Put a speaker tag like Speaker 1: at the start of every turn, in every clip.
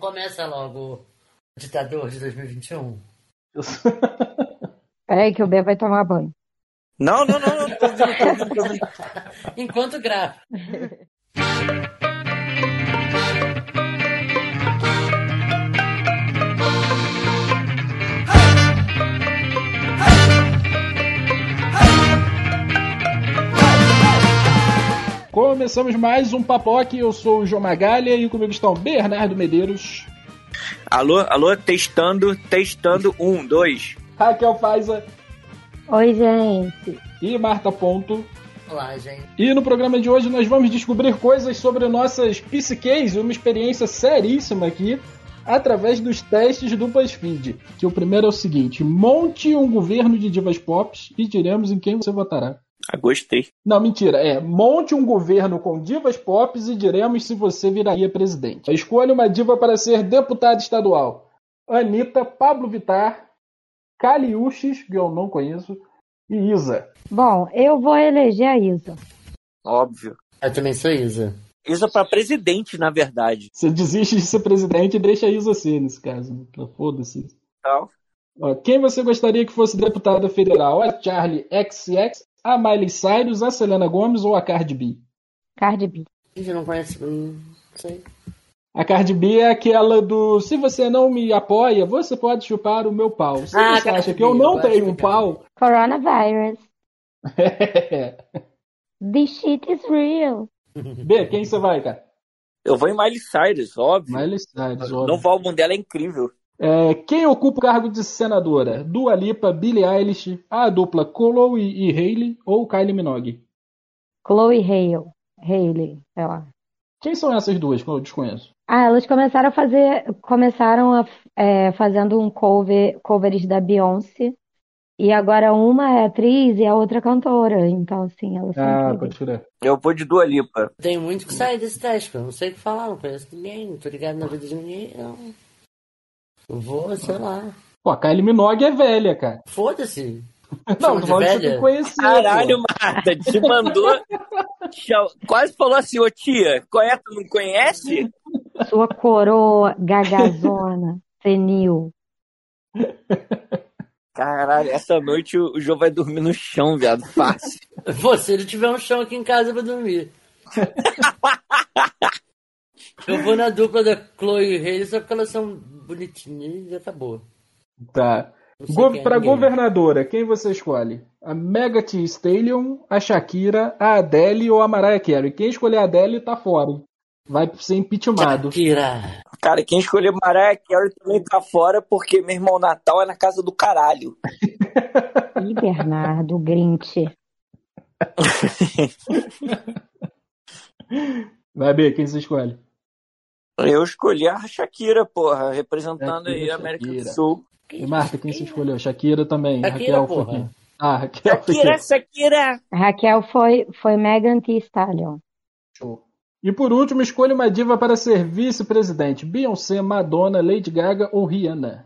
Speaker 1: Começa logo, ditador de 2021.
Speaker 2: Peraí que o B vai tomar banho.
Speaker 3: Não, não, não, não, tô ouvindo, tô ouvindo, tô ouvindo.
Speaker 1: Enquanto grava.
Speaker 4: Começamos mais um Papoque, eu sou o João Magalha e comigo estão Bernardo Medeiros,
Speaker 3: Alô, alô, testando, testando, um, dois.
Speaker 4: Raquel Faiza
Speaker 2: Oi, gente.
Speaker 4: e Marta Ponto.
Speaker 1: Olá, gente.
Speaker 4: E no programa de hoje nós vamos descobrir coisas sobre nossas psiques, uma experiência seríssima aqui, através dos testes do BuzzFeed. Que o primeiro é o seguinte, monte um governo de divas pop e diremos em quem você votará.
Speaker 3: Ah, gostei.
Speaker 4: Não, mentira. É, monte um governo com divas pop e diremos se você viraria presidente. Escolha uma diva para ser deputada estadual. Anitta, Pablo Vittar, Caliuches, que eu não conheço, e Isa.
Speaker 2: Bom, eu vou eleger a Isa.
Speaker 3: Óbvio.
Speaker 1: Eu também sou Isa.
Speaker 3: Isso é pra presidente, na verdade.
Speaker 4: Você desiste de ser presidente e deixa a Isa ser, nesse caso. né? Foda-se.
Speaker 3: Tal.
Speaker 4: Ó, Quem você gostaria que fosse deputada federal? A Charlie XX, a Miley Cyrus, a Selena Gomes ou a Cardi B?
Speaker 2: Cardi B.
Speaker 1: Gente, não conhece. Hum, não sei.
Speaker 4: A Cardi B é aquela do se você não me apoia, você pode chupar o meu pau. Se
Speaker 1: Ah,
Speaker 4: você
Speaker 1: Cardi
Speaker 4: acha
Speaker 1: B,
Speaker 4: que eu
Speaker 1: eu
Speaker 4: não
Speaker 1: acho
Speaker 4: tenho um
Speaker 1: que é.
Speaker 4: pau,
Speaker 2: Coronavirus. This shit is real.
Speaker 4: B, quem você vai, cara?
Speaker 3: Eu vou em Miley Cyrus, óbvio.
Speaker 4: Miley Cyrus,
Speaker 3: O
Speaker 4: óbvio.
Speaker 3: novo álbum dela é incrível.
Speaker 4: É, quem ocupa o cargo de senadora? Dua Lipa, Billie Eilish, a dupla Chloe e Hailey ou Kylie Minogue?
Speaker 2: Chloe Hale. Haley, sei lá.
Speaker 4: Quem são essas duas que eu desconheço?
Speaker 2: Ah, elas começaram a fazer, começaram a, é, fazendo um cover, covers da Beyoncé. E agora uma é atriz e a outra é cantora. Então, assim, elas são
Speaker 4: Ah,
Speaker 2: incríveis.
Speaker 4: pode tirar.
Speaker 3: Eu vou de Dua Lipa.
Speaker 1: Tem muito que sair desse teste, eu não sei o que falar, não conheço ninguém, não tô ligado na vida de ninguém, não. Eu Vou, sei lá.
Speaker 4: Pô, a Kylie Minogue é velha, cara.
Speaker 1: Foda-se.
Speaker 4: Não,
Speaker 1: de
Speaker 4: tô falando que você
Speaker 1: velha?
Speaker 4: tem que conhecer.
Speaker 3: Caralho,
Speaker 4: pô.
Speaker 3: Marta, te mandou. Te- Quase falou assim, ô tia, qual é? Tu não conhece?
Speaker 2: Sua coroa gagazona, senil.
Speaker 3: Caralho, essa noite o o João vai dormir no chão, viado. Fácil.
Speaker 1: Pô, se ele tiver um chão aqui em casa pra dormir. eu vou na dupla da Chloe e Haley só porque elas são bonitinhas e acabou.
Speaker 4: Tá.
Speaker 1: Não sei
Speaker 4: Go
Speaker 1: quem é
Speaker 4: pra
Speaker 1: ninguém.
Speaker 4: governadora, quem você escolhe? A Mega T Stallion, a Shakira, a Adele ou a Mariah Carey? Quem escolher a Adele tá fora. hein? Vai ser impeachmentado.
Speaker 1: Shakira.
Speaker 3: Cara, quem escolher Mariah Carey também tá fora, porque meu irmão Natal é na casa do caralho.
Speaker 2: Ih, Bernardo, Grinch.
Speaker 4: Vai ver quem você escolhe.
Speaker 3: Eu escolhi a Shakira, porra, representando
Speaker 4: Shakira,
Speaker 3: aí a América
Speaker 4: Shakira.
Speaker 3: do Sul.
Speaker 4: E Marta, quem você escolheu? Shakira também.
Speaker 1: Shakira,
Speaker 4: Raquel
Speaker 1: porra.
Speaker 4: Fofinha. Ah, Raquel
Speaker 3: Shakira, Shakira!
Speaker 2: Raquel foi, foi Megan Thee Stallion.
Speaker 1: é
Speaker 4: Fofinha. E por último, escolha uma diva para ser vice-presidente: Beyoncé, Madonna, Lady Gaga ou Rihanna?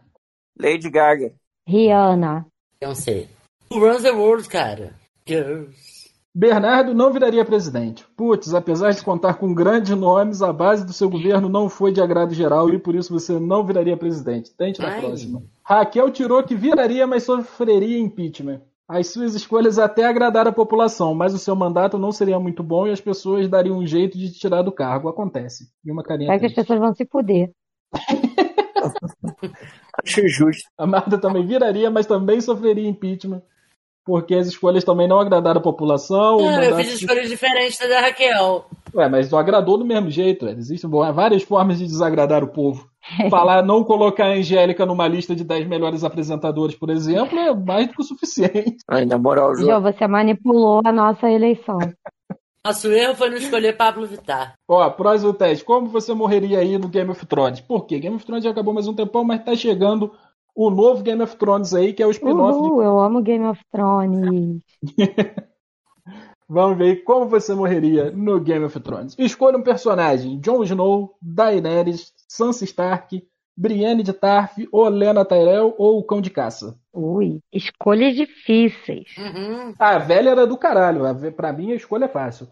Speaker 3: Lady Gaga.
Speaker 2: Rihanna.
Speaker 1: Eu não sei. Who Então, assim, runs the world, cara? Girls.
Speaker 4: Bernardo não viraria presidente. Putz, apesar de contar com grandes nomes, a base do seu governo não foi de agrado geral e por isso você não viraria presidente. Tente na
Speaker 1: Ai.
Speaker 4: próxima. Raquel tirou que viraria, mas sofreria impeachment. As suas escolhas até agradaram a população, mas o seu mandato não seria muito bom e as pessoas dariam um jeito de te tirar do cargo. Acontece. E uma carinha.
Speaker 2: Será que as
Speaker 4: triste.
Speaker 2: pessoas vão se fuder?
Speaker 3: Acho justo.
Speaker 4: A Marta também viraria, mas também sofreria impeachment. Porque as escolhas também não agradaram a população. o
Speaker 1: Não, Ah, eu
Speaker 4: mandato-
Speaker 1: fiz escolhas diferentes da da Raquel.
Speaker 4: Ué, mas não agradou do mesmo jeito. ué. Existem bo- várias formas de desagradar o povo. Falar não colocar a Angélica numa lista de 10 melhores apresentadores, por exemplo, é mais do que o suficiente.
Speaker 3: Ai, na moral,
Speaker 2: Jô,
Speaker 3: João.
Speaker 2: você manipulou a nossa eleição.
Speaker 1: Nosso erro foi não escolher Pablo Vittar.
Speaker 4: Ó, próximo teste. Como você morreria aí no Game of Thrones? Por quê? Game of Thrones já acabou mais um tempão, mas tá chegando o novo Game of Thrones aí, que é o spin-off. de-
Speaker 2: Uhul, eu amo Game of Thrones.
Speaker 4: Vamos ver como você morreria no Game of Thrones. Escolha um personagem. Jon Snow, Daenerys, Sansa Stark, Brienne de Tarth, Olena Tyrell ou o Cão de Caça?
Speaker 2: Ui, escolhas difíceis.
Speaker 1: Uhum.
Speaker 4: Ah, A velha era do caralho. A ve- Pra mim, a escolha é fácil.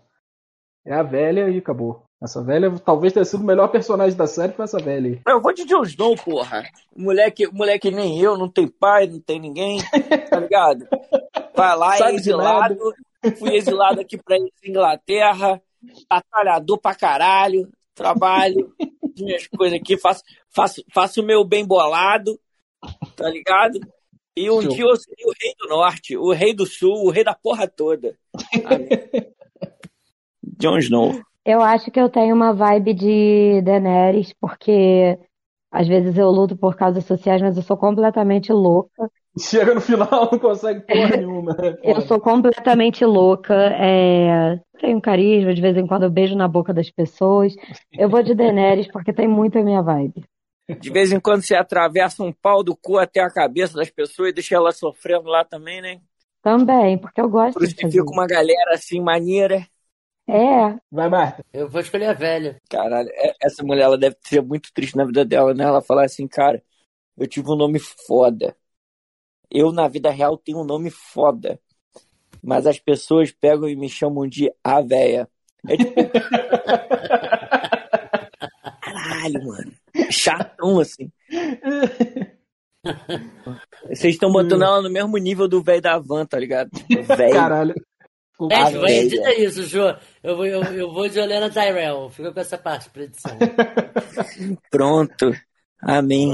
Speaker 4: É a velha e acabou. Essa velha talvez tenha sido o melhor personagem da série foi essa velha aí.
Speaker 3: Eu vou de Jon Snow, porra. Moleque, moleque nem eu, não tem pai, não tem ninguém, tá ligado? Vai lá, é
Speaker 4: Sabe de nada.
Speaker 3: exilado. Fui exilado aqui pra Inglaterra. Batalhador pra caralho. Trabalho, as minhas coisas aqui. Faço, faço, faço o meu bem bolado, tá ligado? E um
Speaker 4: Show.
Speaker 3: dia eu serei o rei do norte, o rei do sul, o rei da porra toda. Amém. Jon Snow.
Speaker 2: Eu acho que eu tenho uma vibe de Daenerys, porque às vezes eu luto por causas sociais, mas eu sou completamente louca.
Speaker 4: Chega no final, não consegue porra nenhuma. né?
Speaker 2: Eu sou completamente louca. é, Tenho carisma, de vez em quando eu beijo na boca das pessoas. Eu vou de Daenerys porque tem muito a minha vibe.
Speaker 3: De vez em quando você atravessa um pau do cu até a cabeça das pessoas e deixa elas sofrendo lá também, né?
Speaker 2: Também, porque eu gosto de fazer
Speaker 3: Crucifica uma galera assim, maneira.
Speaker 2: isso. É,
Speaker 4: Vai, Marta.
Speaker 1: Eu vou escolher a velha.
Speaker 3: Caralho, é- essa mulher, ela deve ser muito triste na vida dela, né? Ela falar assim, cara, eu tive um nome foda. Eu, na vida real, tenho um nome foda. Mas as pessoas pegam e me chamam de a véia. É tipo... Caralho, mano. Chatão, assim. Vocês estão botando ela no mesmo nível do velho da van, tá ligado? Tipo, véio.
Speaker 4: Caralho.
Speaker 1: É,
Speaker 3: A
Speaker 1: Ju,
Speaker 3: velha.
Speaker 1: edita isso, Ju. Eu vou, eu, eu vou de Olena Tyrell. Fica com essa parte pra edição.
Speaker 3: Pronto. Amém.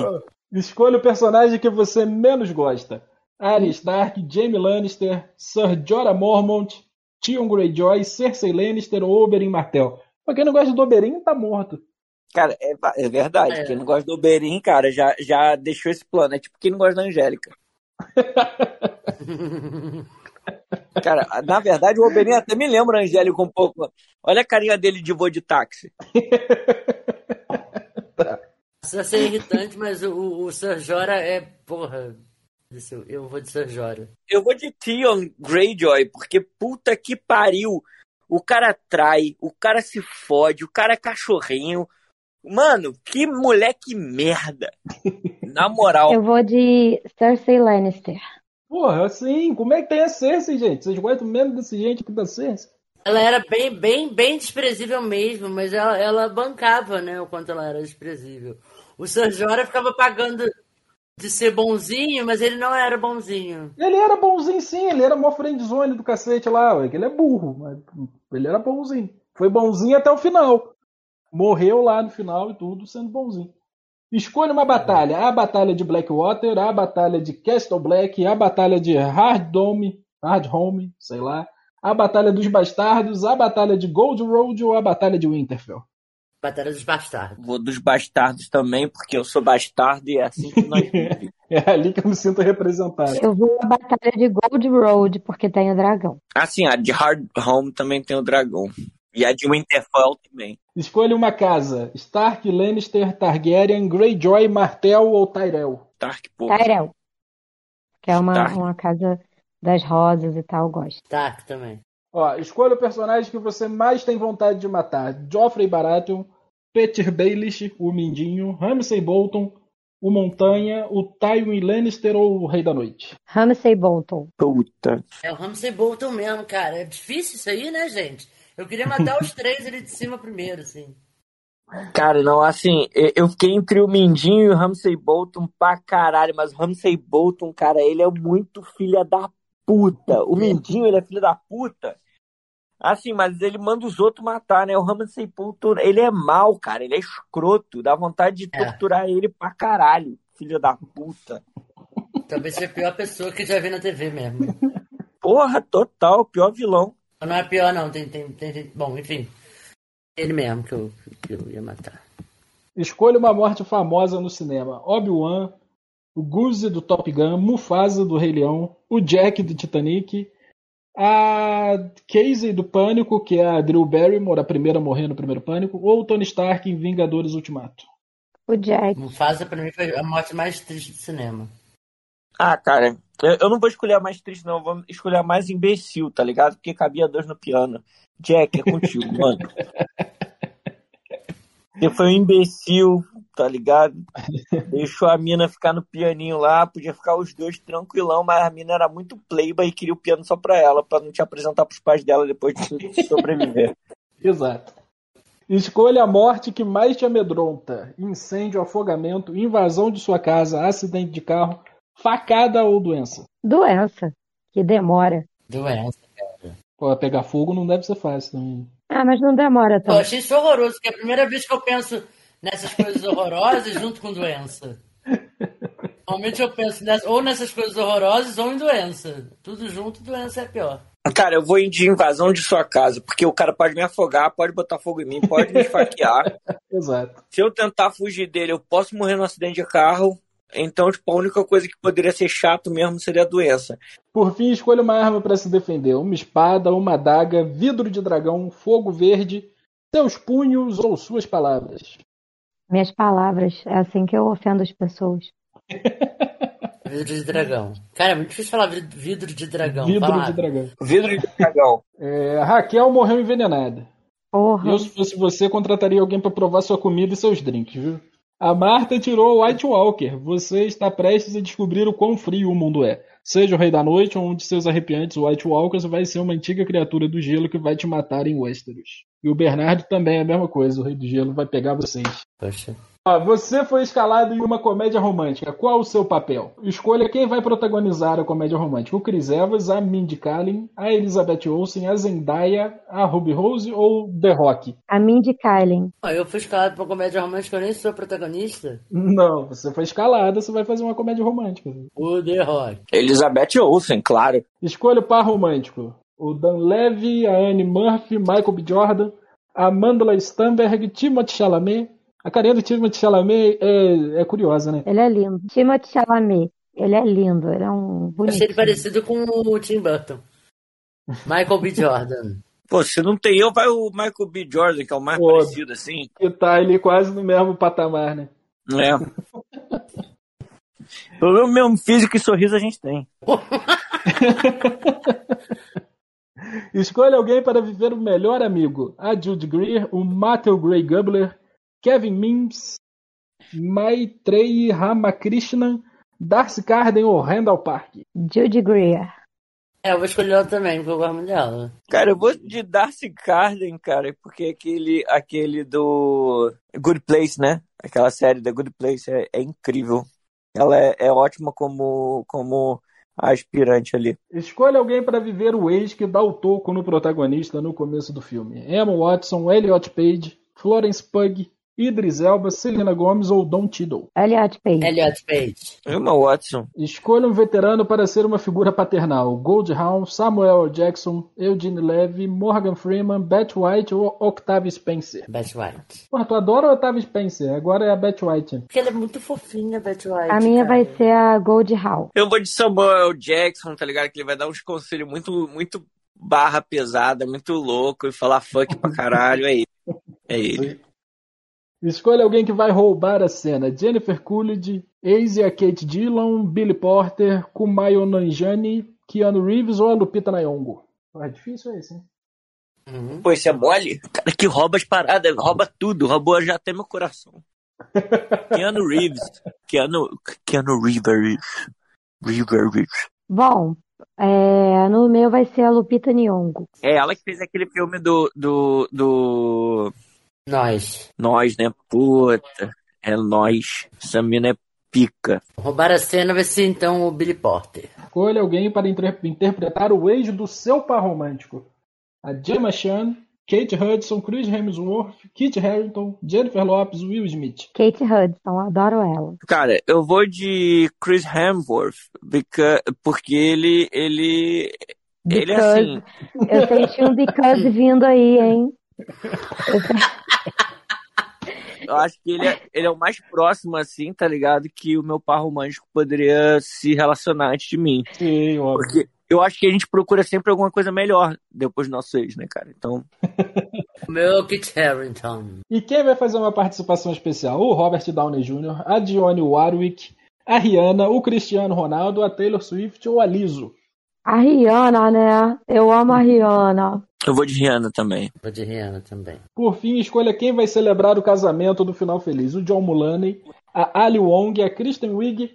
Speaker 4: Escolha o personagem que você menos gosta. Arya Stark, Jaime Lannister, Sir Jorah Mormont, Tion Greyjoy, Cersei Lannister ou Oberyn Martell. Pra quem não gosta do Oberyn, tá morto.
Speaker 3: Cara, é, va- é verdade.
Speaker 1: É.
Speaker 3: Quem não gosta do Oberyn, cara, já, já deixou esse plano. É tipo quem não gosta da Angélica. Cara, na verdade, o Oberyn até me lembra a Angélica um pouco. Olha a carinha dele de voo de táxi.
Speaker 1: Isso vai ser irritante, mas o, o, o Sir Jora é. Porra. Isso, eu vou de Sir Jora.
Speaker 3: Eu vou de Theon Greyjoy, porque puta que pariu. O cara trai, o cara se fode, o cara é cachorrinho. Mano, que moleque merda. Na moral,
Speaker 2: eu vou de Cersei Lannister.
Speaker 4: Porra, assim, como é que tem a Cersei, gente? Vocês gostam menos desse gente que da Cersei?
Speaker 1: Ela era bem, bem, bem desprezível mesmo, mas ela, ela bancava, né? O quanto ela era desprezível. O Sir Jora ficava pagando de ser bonzinho, mas ele não era bonzinho.
Speaker 4: Ele era bonzinho sim, ele era mó friendzone do cacete lá, ué, que ele é burro, mas ele era bonzinho. Foi bonzinho até o final. Morreu lá no final e tudo sendo bonzinho. Escolha uma batalha. A batalha de Blackwater, a batalha de Castle Black, a batalha de Hardhome, Hardhome, sei lá. A batalha dos bastardos, a batalha de Gold Road ou a batalha de Winterfell.
Speaker 1: Batalha dos Bastardos.
Speaker 3: vou dos bastardos também, porque eu sou bastardo e é assim que nós vivemos.
Speaker 4: É ali que eu me sinto representado.
Speaker 2: Eu vou à Batalha de Gold Road porque tem o dragão.
Speaker 3: Assim, a de Hard Home também tem o dragão. E a de Winterfell também.
Speaker 4: Escolha uma casa. Stark, Lannister, Targaryen, Greyjoy, Martell ou Tyrell.
Speaker 3: Stark, porra.
Speaker 2: Tyrell. Que é uma,
Speaker 3: Tá.
Speaker 2: uma casa das rosas e tal, eu gosto.
Speaker 1: Stark também.
Speaker 4: Ó, escolha o personagem que você mais tem vontade de matar. Joffrey Baratheon, Peter Baelish, o Mindinho, Ramsay Bolton, o Montanha, o Tywin Lannister ou o Rei da Noite.
Speaker 2: Ramsay Bolton.
Speaker 3: Puta.
Speaker 1: É o Ramsay Bolton mesmo, cara. É difícil isso aí, né, gente? Eu queria matar os três ali de cima primeiro, assim.
Speaker 3: Cara, não, assim, eu eu fiquei entre o Mindinho e o Ramsay Bolton pra caralho, mas o Ramsay Bolton, cara, ele é muito filha da puta. O Mindinho, ele é filha da puta. Assim, mas ele manda os outros matar, né? O Ramsay Bolton, ele é mal, cara, ele é escroto. Dá vontade de
Speaker 1: É.
Speaker 3: torturar ele pra caralho, filha da puta.
Speaker 1: Talvez seja a pior pessoa que já vi na TV mesmo.
Speaker 3: Porra, total, pior vilão.
Speaker 1: Não é pior, não. Tem, tem, tem, tem- Bom, enfim. Ele mesmo que eu, que eu ia matar.
Speaker 4: Escolha uma morte famosa no cinema. Obi-Wan, o Goose do Top Gun, Mufasa do Rei Leão, o Jack do Titanic, a Casey do Pânico, que é a Drew Barrymore, a primeira a morrer no primeiro Pânico, ou o Tony Stark em Vingadores Ultimato.
Speaker 2: O Jack.
Speaker 1: Mufasa, pra mim, foi a morte mais triste do cinema.
Speaker 3: Ah, cara, eu, eu não vou escolher a mais triste, não. Eu vou escolher a mais imbecil, tá ligado? Porque cabia dois no piano. Jack, é contigo, mano. Você foi um imbecil, tá ligado? Deixou a mina ficar no pianinho lá, podia ficar os dois tranquilão, mas a mina era muito playboy e queria o piano só pra ela, pra não te apresentar pros pais dela depois de sobreviver.
Speaker 4: Exato. Escolha a morte que mais te amedronta: incêndio, afogamento, invasão de sua casa, acidente de carro, facada ou doença.
Speaker 2: Doença, que demora.
Speaker 1: Doença.
Speaker 4: Pô, pegar fogo não deve ser fácil né? também.
Speaker 2: Ah, mas não demora
Speaker 1: Pô, eu
Speaker 2: tanto.
Speaker 1: achei isso horroroso, que é a primeira vez que eu penso nessas coisas horrorosas junto com doença. Normalmente eu penso nessa- ou nessas coisas horrorosas ou em doença. Tudo junto, doença é pior.
Speaker 3: Cara, eu vou em de invasão de sua casa, porque o cara pode me afogar, pode botar fogo em mim, pode me esfaquear.
Speaker 4: Exato.
Speaker 3: Se eu tentar fugir dele, eu posso morrer num acidente de carro. Então, tipo, a única coisa que poderia ser chato mesmo seria a doença.
Speaker 4: Por fim, escolha uma arma para se defender: uma espada, uma adaga, vidro de dragão, fogo verde, seus punhos ou suas palavras.
Speaker 2: Minhas palavras, é assim que eu ofendo as pessoas.
Speaker 1: Vidro de dragão. Cara, é muito difícil falar vid- vidro de dragão.
Speaker 4: vidro
Speaker 1: Fala.
Speaker 4: de dragão.
Speaker 3: Vidro de dragão.
Speaker 4: É, a Raquel morreu envenenada.
Speaker 2: Porra,
Speaker 4: Eu, se fosse você, contrataria alguém para provar sua comida e seus drinks, viu? A Marta tirou o White Walker. Você está prestes a descobrir o quão frio o mundo é. Seja o Rei da Noite ou um de seus arrepiantes White Walkers, vai ser uma antiga criatura do gelo que vai te matar em Westeros. E o Bernardo também é a mesma coisa. O Rei do Gelo vai pegar vocês.
Speaker 1: Poxa.
Speaker 4: Ó, você foi escalado em uma comédia romântica. Qual o seu papel? Escolha quem vai protagonizar a comédia romântica. O Chris Evans, a Mindy Kaling, a Elizabeth Olsen, a Zendaya, a Ruby Rose ou The Rock?
Speaker 2: a Mindy Kaling.
Speaker 1: Ó, Eu fui escalado pra comédia romântica, eu nem sou protagonista.
Speaker 4: Não, você foi escalada, você vai fazer uma comédia romântica.
Speaker 1: O The Rock.
Speaker 3: Elizabeth Olsen, claro.
Speaker 4: Escolha o par romântico. O Dan Levy, a Anne Murphy, Michael B. Jordan, a Mandela Stamberg, Timothée Chalamet. A carinha do Timothée Chalamet é, é curiosa, né?
Speaker 2: Ele é lindo. Timothée Chalamet, ele é lindo, ele é um
Speaker 1: Eu achei
Speaker 2: bonito.
Speaker 1: ele parecido com o Tim Burton. Michael B. Jordan.
Speaker 3: Pô, se não tem eu, vai o Michael B. Jordan, que é o mais
Speaker 4: Pô.
Speaker 3: parecido, assim.
Speaker 4: Que tá ele quase no mesmo patamar, né?
Speaker 3: É. Pelo menos mesmo físico e sorriso a gente tem.
Speaker 4: Escolha alguém para viver o melhor amigo. A Jude Greer, o Matthew Gray Gubler, Kevin Mims, Maitreyi Ramakrishnan, Darcy Carden ou Randall Park.
Speaker 2: Judy Greer.
Speaker 1: É, eu vou escolher ela também, porque eu gosto muito dela.
Speaker 3: Cara, eu vou de Darcy Carden, cara, porque aquele, aquele do Good Place, né? Aquela série da Good Place é, é incrível. Ela é, é ótima como, como aspirante ali.
Speaker 4: Escolha alguém para viver o ex que dá o toco no protagonista no começo do filme. Emma Watson, Elliot Page, Florence Pugh, Idris Elba, Selena Gomez ou Don Tiddle.
Speaker 2: Elliot Page.
Speaker 1: Elliot Page.
Speaker 3: Emma Watson.
Speaker 4: Escolha um veterano para ser uma figura paternal. Goldhawn, Samuel L. Jackson, Eugene Levy, Morgan Freeman, Beth White ou Octavia Spencer.
Speaker 1: Beth White.
Speaker 4: Porra, tu adora o Octavia Spencer, agora é a Beth White.
Speaker 1: Porque ela é muito fofinha, Beth White.
Speaker 2: A minha
Speaker 1: cara.
Speaker 2: vai ser a Gold Hall.
Speaker 3: Eu vou de Samuel Jackson, tá ligado? Que ele vai dar uns conselhos muito, muito barra pesada, muito louco e falar funk pra caralho. É ele. É ele.
Speaker 4: Escolha alguém que vai roubar a cena. Jennifer Coolidge, Asia Kate Dillon, Billy Porter, Kumail Nanjiani, Keanu Reeves ou a Lupita Nyong'o. Ah, É difícil esse, hein?
Speaker 1: Uhum.
Speaker 3: Pô, isso é mole? Cara que rouba as paradas, rouba tudo, roubou já até meu coração. Keanu Reeves. Keanu, Keanu Reeves. Reeves.
Speaker 2: Bom, é, no meu vai ser a Lupita Nyong'o.
Speaker 3: É ela que fez aquele filme do. do. do.
Speaker 1: Nós.
Speaker 3: Nós, né? Puta. É nós. Essa mina é pica.
Speaker 1: Roubar a cena vai ser então o Billy Porter.
Speaker 4: Escolha alguém para inter- interpretar o ex do seu par romântico. A Gemma Chan, Kate Hudson, Chris Hemsworth, Kit Harington, Jennifer Lopes, Will Smith.
Speaker 2: Kate Hudson, adoro ela.
Speaker 3: Cara, eu vou de Chris Hemsworth, beca- porque ele. ele. ele é
Speaker 2: Because-
Speaker 3: assim.
Speaker 2: Eu senti um because vindo aí, hein?
Speaker 3: Eu acho que ele é, ele é o mais próximo, assim, tá ligado? Que o meu par romântico poderia se relacionar antes de mim.
Speaker 4: Sim, óbvio.
Speaker 3: Porque eu acho que a gente procura sempre alguma coisa melhor depois do nosso ex, né, cara? Então.
Speaker 1: O meu é o Kit Harington.
Speaker 4: E quem vai fazer uma participação especial? O Robert Downey Jr., a Dionne Warwick, a Rihanna, o Cristiano Ronaldo, a Taylor Swift ou a Lizzo?
Speaker 2: A Rihanna, né? Eu amo a Rihanna.
Speaker 3: Eu vou de Rihanna também.
Speaker 1: Vou de Rihanna também.
Speaker 4: Por fim, escolha quem vai celebrar o casamento do final feliz. O John Mulaney, a Ali Wong, a Kristen Wiig,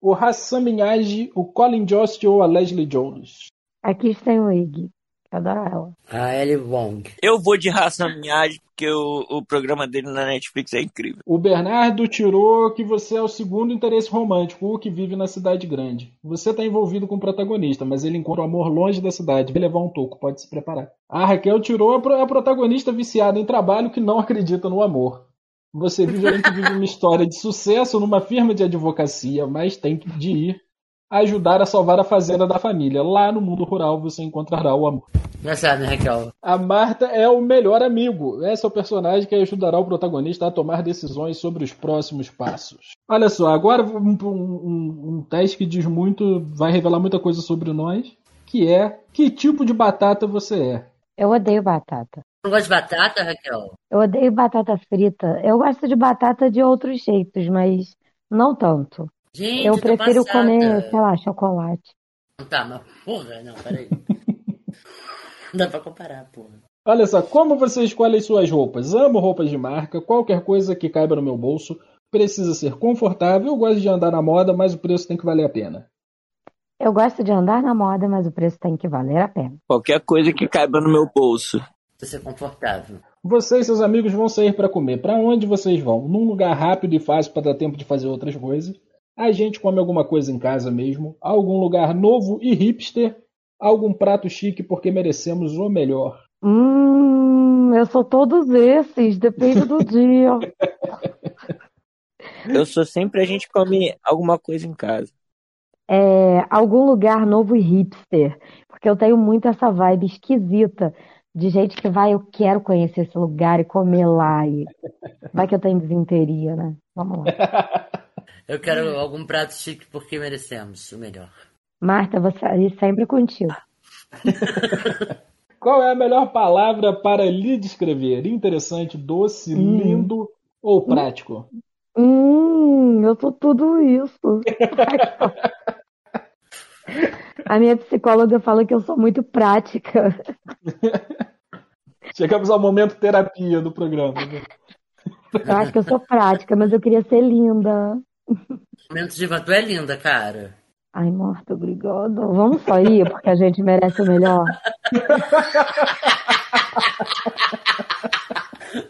Speaker 4: o Hassan Minhaj, o Colin Jost ou a Leslie Jones.
Speaker 2: A Kristen Wiig. Eu adoro ela.
Speaker 1: A Ellie Wong.
Speaker 3: Eu vou de raça miage, porque o, o programa dele na Netflix é incrível.
Speaker 4: O Bernardo tirou que você é o segundo interesse romântico, o que vive na cidade grande. Você está envolvido com o protagonista, mas ele encontra o amor longe da cidade. Vai levar um toco, pode se preparar. A Raquel tirou a, pro- a protagonista viciada em trabalho que não acredita no amor. Você vive, a gente vive uma história de sucesso numa firma de advocacia, mas tem que de ir ajudar a salvar a fazenda da família. Lá no mundo rural você encontrará o amor.
Speaker 1: Engraçado, né, Raquel?
Speaker 4: A Marta é o melhor amigo. Esse é o personagem que ajudará o protagonista a tomar decisões sobre os próximos passos. Olha só, agora um, um- um teste que diz muito, vai revelar muita coisa sobre nós, que é que tipo de batata você é.
Speaker 2: Eu odeio batata.
Speaker 1: Não gosta de batata, Raquel?
Speaker 2: Eu odeio batata frita. Eu gosto de batata de outros jeitos, mas não tanto.
Speaker 1: Gente,
Speaker 2: Eu
Speaker 1: tô
Speaker 2: prefiro
Speaker 1: passada.
Speaker 2: comer, sei lá, chocolate.
Speaker 1: Não Tá, mas porra, não, peraí. Não dá pra comparar, porra.
Speaker 4: Olha só, como você escolhe as suas roupas? Amo roupas de marca, qualquer coisa que caiba no meu bolso. Precisa ser confortável, eu gosto de andar na moda, mas o preço tem que valer a pena.
Speaker 2: Eu gosto de andar na moda, mas o preço tem que valer a pena.
Speaker 3: Qualquer coisa que caiba no meu bolso.
Speaker 1: Pra ser confortável.
Speaker 4: Você e seus amigos vão sair para comer. Para onde vocês vão? Num lugar rápido e fácil para dar tempo de fazer outras coisas. A gente come alguma coisa em casa mesmo. Algum lugar novo e hipster. Algum prato chique porque merecemos o melhor.
Speaker 2: Hum, eu sou todos esses, depende do dia.
Speaker 3: Eu sou sempre a gente come alguma coisa em casa.
Speaker 2: É, algum lugar novo e hipster, porque eu tenho muito essa vibe esquisita de gente que vai, eu quero conhecer esse lugar e comer lá. E... Vai que eu tenho desinteria, né? Vamos lá.
Speaker 1: Eu quero algum prato chique porque merecemos o melhor.
Speaker 2: Marta, você aí sempre contigo.
Speaker 4: Qual é a melhor palavra para lhe descrever? Interessante, doce,
Speaker 2: Hum.
Speaker 4: lindo ou prático?
Speaker 2: Hum, eu sou tudo isso. A minha psicóloga fala que eu sou muito prática.
Speaker 4: Chegamos ao momento terapia do programa. né?
Speaker 2: Eu acho que eu sou prática, mas eu queria ser linda.
Speaker 1: Momento de tu é linda, cara.
Speaker 2: Ai, Marta, obrigada. Vamos só ir, porque a gente merece o melhor.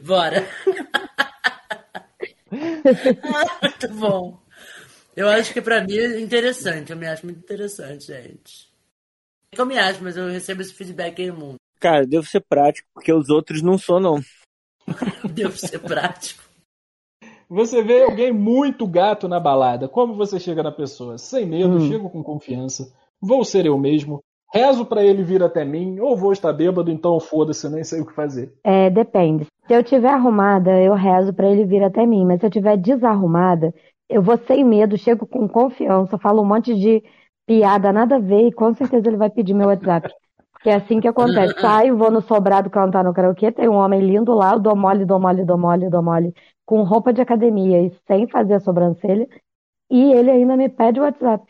Speaker 1: Bora. Ah, muito bom. Eu acho que pra mim é interessante. Eu me acho muito interessante, gente. É que eu me acho, mas eu recebo esse feedback aí mundo.
Speaker 3: Cara, devo ser prático, porque os outros não são, não.
Speaker 1: Devo ser prático.
Speaker 4: Você vê alguém muito gato na balada. Como você chega na pessoa? Sem medo,
Speaker 2: Hum.
Speaker 4: chego com confiança. Vou ser eu mesmo. Rezo pra ele vir até mim, ou vou estar bêbado, então foda-se, nem sei o que fazer.
Speaker 2: É, depende. Se eu tiver arrumada, eu rezo pra ele vir até mim. Mas se eu tiver desarrumada, eu vou sem medo, chego com confiança, falo um monte de piada, nada a ver, e com certeza ele vai pedir meu WhatsApp. Porque é assim que acontece. Saio, vou no sobrado cantar no karaokê, tem um homem lindo lá, eu dou mole, dou mole, dou mole, dou mole, com roupa de academia e sem fazer a sobrancelha, e ele ainda me pede o WhatsApp.